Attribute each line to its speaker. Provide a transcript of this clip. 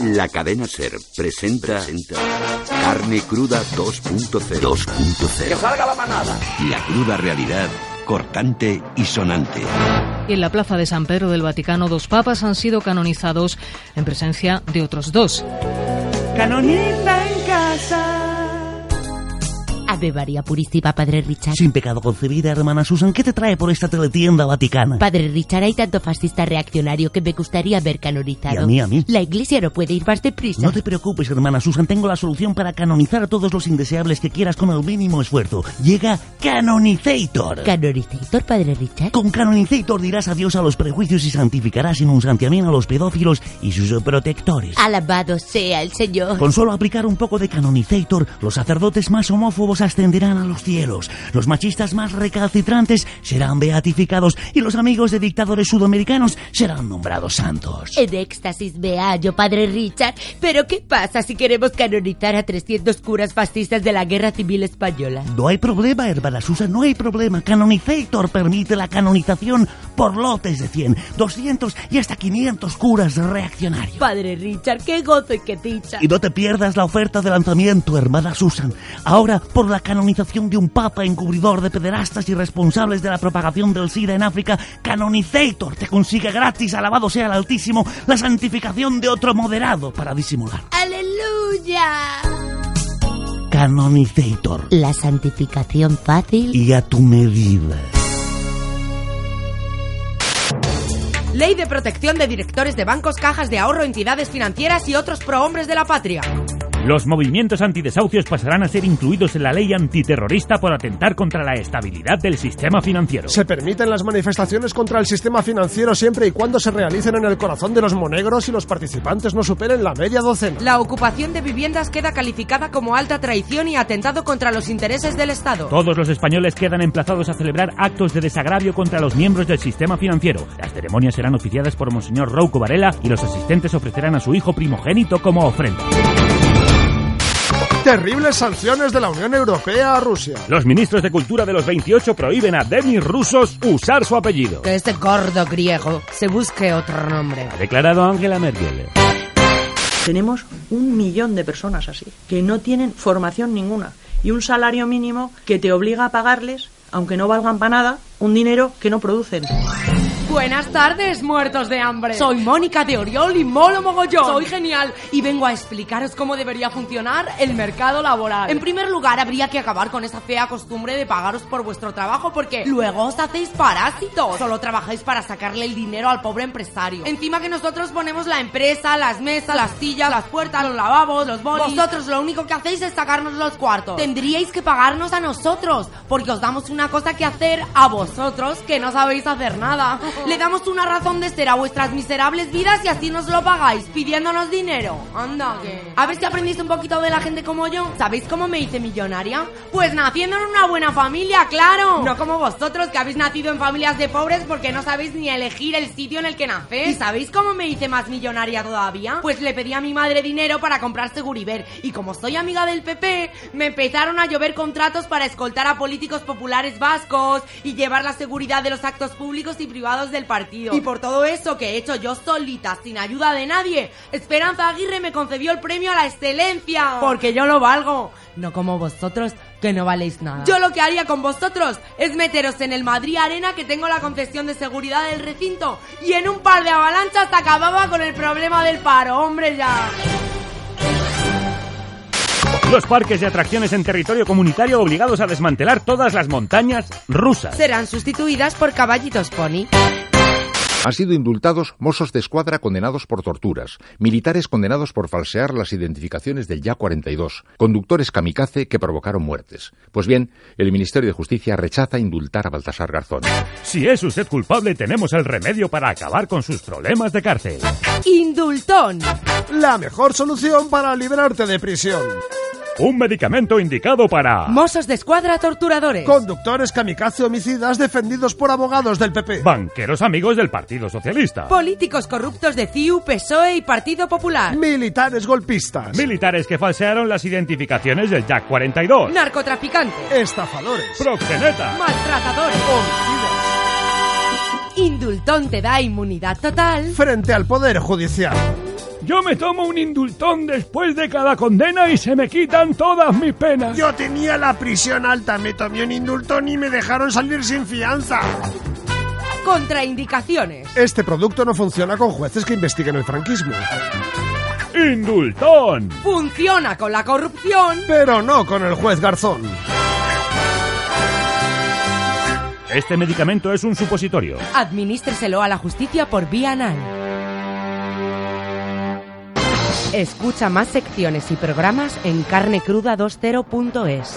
Speaker 1: La cadena Ser presenta, Carne Cruda 2.0. 2.0.
Speaker 2: ¡Que salga la manada!
Speaker 1: La cruda realidad, cortante y sonante.
Speaker 3: En la plaza de San Pedro del Vaticano, dos papas han sido canonizados en presencia de otros dos.
Speaker 4: Canoniza en casa.
Speaker 5: Ave María Purísima, Padre Richard.
Speaker 6: Sin pecado concebida, hermana Susan, ¿qué te trae por esta teletienda vaticana?
Speaker 5: Padre Richard, hay tanto fascista reaccionario que me gustaría ver canonizado.
Speaker 6: Y a mí, a mí.
Speaker 5: La iglesia no puede ir más deprisa.
Speaker 6: No te preocupes, hermana Susan, tengo la solución para canonizar a todos los indeseables que quieras con el mínimo esfuerzo. Llega Canonizator.
Speaker 5: ¿Canonizator, Padre Richard?
Speaker 6: Con Canonizator dirás adiós a los prejuicios y santificarás sin un santiamén a los pedófilos y sus protectores.
Speaker 5: Alabado sea el Señor.
Speaker 6: Con solo aplicar un poco de Canonizator, los sacerdotes más homófobos ascenderán a los cielos, los machistas más recalcitrantes serán beatificados y los amigos de dictadores sudamericanos serán nombrados santos.
Speaker 5: En éxtasis me hallo, Padre Richard. Pero ¿qué pasa si queremos canonizar a 300 curas fascistas de la Guerra Civil Española?
Speaker 6: No hay problema, hermana Susa, no hay problema. Canonizator permite la canonización por lotes de 100, 200 y hasta 500 curas reaccionarios.
Speaker 5: Padre Richard, qué gozo y qué dicha.
Speaker 6: Y no te pierdas la oferta de lanzamiento, hermana Susan. Ahora, por la canonización de un papa encubridor de pederastas y responsables de la propagación del SIDA en África, Canonizator te consigue gratis, alabado sea el Altísimo, la santificación de otro moderado para disimular.
Speaker 5: ¡Aleluya!
Speaker 6: Canonizator.
Speaker 5: La santificación fácil.
Speaker 6: Y a tu medida.
Speaker 7: Ley de protección de directores de bancos, cajas de ahorro, entidades financieras y otros prohombres de la patria.
Speaker 8: Los movimientos antidesahucios pasarán a ser incluidos en la ley antiterrorista por atentar contra la estabilidad del sistema financiero.
Speaker 9: Se permiten las manifestaciones contra el sistema financiero siempre y cuando se realicen en el corazón de los monegros y los participantes no superen la media docena.
Speaker 7: La ocupación de viviendas queda calificada como alta traición y atentado contra los intereses del Estado.
Speaker 8: Todos los españoles quedan emplazados a celebrar actos de desagravio contra los miembros del sistema financiero. Las ceremonias serán oficiadas por Monseñor Rouco Varela y los asistentes ofrecerán a su hijo primogénito como ofrenda.
Speaker 9: Terribles sanciones de la Unión Europea a Rusia.
Speaker 8: Los ministros de Cultura de los 28 prohíben a demis rusos usar su apellido.
Speaker 7: Que este gordo griego se busque otro nombre.
Speaker 8: Ha declarado Angela Merkel.
Speaker 10: Tenemos un millón de personas así, que no tienen formación ninguna y un salario mínimo que te obliga a pagarles, aunque no valgan para nada, un dinero que no producen.
Speaker 11: Buenas tardes, muertos de hambre. Soy Mónica de Oriol y molo mogollón. Soy genial y vengo a explicaros cómo debería funcionar el mercado laboral. En primer lugar, habría que acabar con esa fea costumbre de pagaros por vuestro trabajo porque luego os hacéis parásitos. Solo trabajáis para sacarle el dinero al pobre empresario. Encima que nosotros ponemos la empresa, las mesas, las sillas, las puertas, los lavabos, los bolis. Vosotros lo único que hacéis es sacarnos los cuartos. Tendríais que pagarnos a nosotros porque os damos una cosa que hacer a vosotros que no sabéis hacer nada. Le damos una razón de ser a vuestras miserables vidas y así nos lo pagáis, pidiéndonos dinero. Anda, que. A ver si aprendéis un poquito de la gente como yo. ¿Sabéis cómo me hice millonaria? Pues naciendo en una buena familia, claro. No como vosotros que habéis nacido en familias de pobres porque no sabéis ni elegir el sitio en el que nacéis. ¿Y sabéis cómo me hice más millonaria todavía? Pues le pedí a mi madre dinero para comprar Seguriver. Y como soy amiga del PP, me empezaron a llover contratos para escoltar a políticos populares vascos y llevar la seguridad de los actos públicos y privados del partido. Y por todo eso que he hecho yo solita, sin ayuda de nadie, Esperanza Aguirre me concedió el premio a la excelencia. Porque yo lo valgo. No como vosotros, que no valéis nada. Yo lo que haría con vosotros es meteros en el Madrid Arena, que tengo la concesión de seguridad del recinto, y en un par de avalanchas acababa con el problema del paro. Hombre, ya.
Speaker 8: Los parques de atracciones en territorio comunitario obligados a desmantelar todas las montañas rusas.
Speaker 7: Serán sustituidas por caballitos pony.
Speaker 12: Han sido indultados mozos de escuadra condenados por torturas, militares condenados por falsear las identificaciones del Ya-42, conductores kamikaze que provocaron muertes. Pues bien, el Ministerio de Justicia rechaza indultar a Baltasar Garzón.
Speaker 8: Si es usted culpable, tenemos el remedio para acabar con sus problemas de cárcel.
Speaker 7: Indultón.
Speaker 9: La mejor solución para librarte de prisión.
Speaker 8: Un medicamento indicado para...
Speaker 7: Mozos de escuadra torturadores.
Speaker 9: Conductores kamikaze homicidas defendidos por abogados del PP.
Speaker 8: Banqueros amigos del Partido Socialista.
Speaker 7: Políticos corruptos de CIU,
Speaker 11: E
Speaker 7: PSOE y Partido Popular.
Speaker 9: Militares golpistas.
Speaker 8: Militares que falsearon las identificaciones del Jack 42.
Speaker 7: Narcotraficantes.
Speaker 9: Estafadores.
Speaker 8: Proxenetas.
Speaker 7: Maltratadores.
Speaker 9: Homicidas.
Speaker 7: Indultón te da inmunidad total.
Speaker 9: Frente al Poder Judicial.
Speaker 6: Yo me tomo un indultón después de cada condena y se me quitan todas mis penas.
Speaker 13: Yo tenía la prisión alta, me tomé un indultón y me dejaron salir sin fianza.
Speaker 5: Contraindicaciones.
Speaker 9: Este producto no funciona con jueces que investiguen el franquismo.
Speaker 6: ¡Indultón!
Speaker 5: Funciona con la corrupción.
Speaker 9: Pero no con el juez Garzón.
Speaker 14: Este medicamento es un supositorio.
Speaker 5: Administreselo a la justicia por vía anal. Escucha más secciones y programas en carnecruda20.es.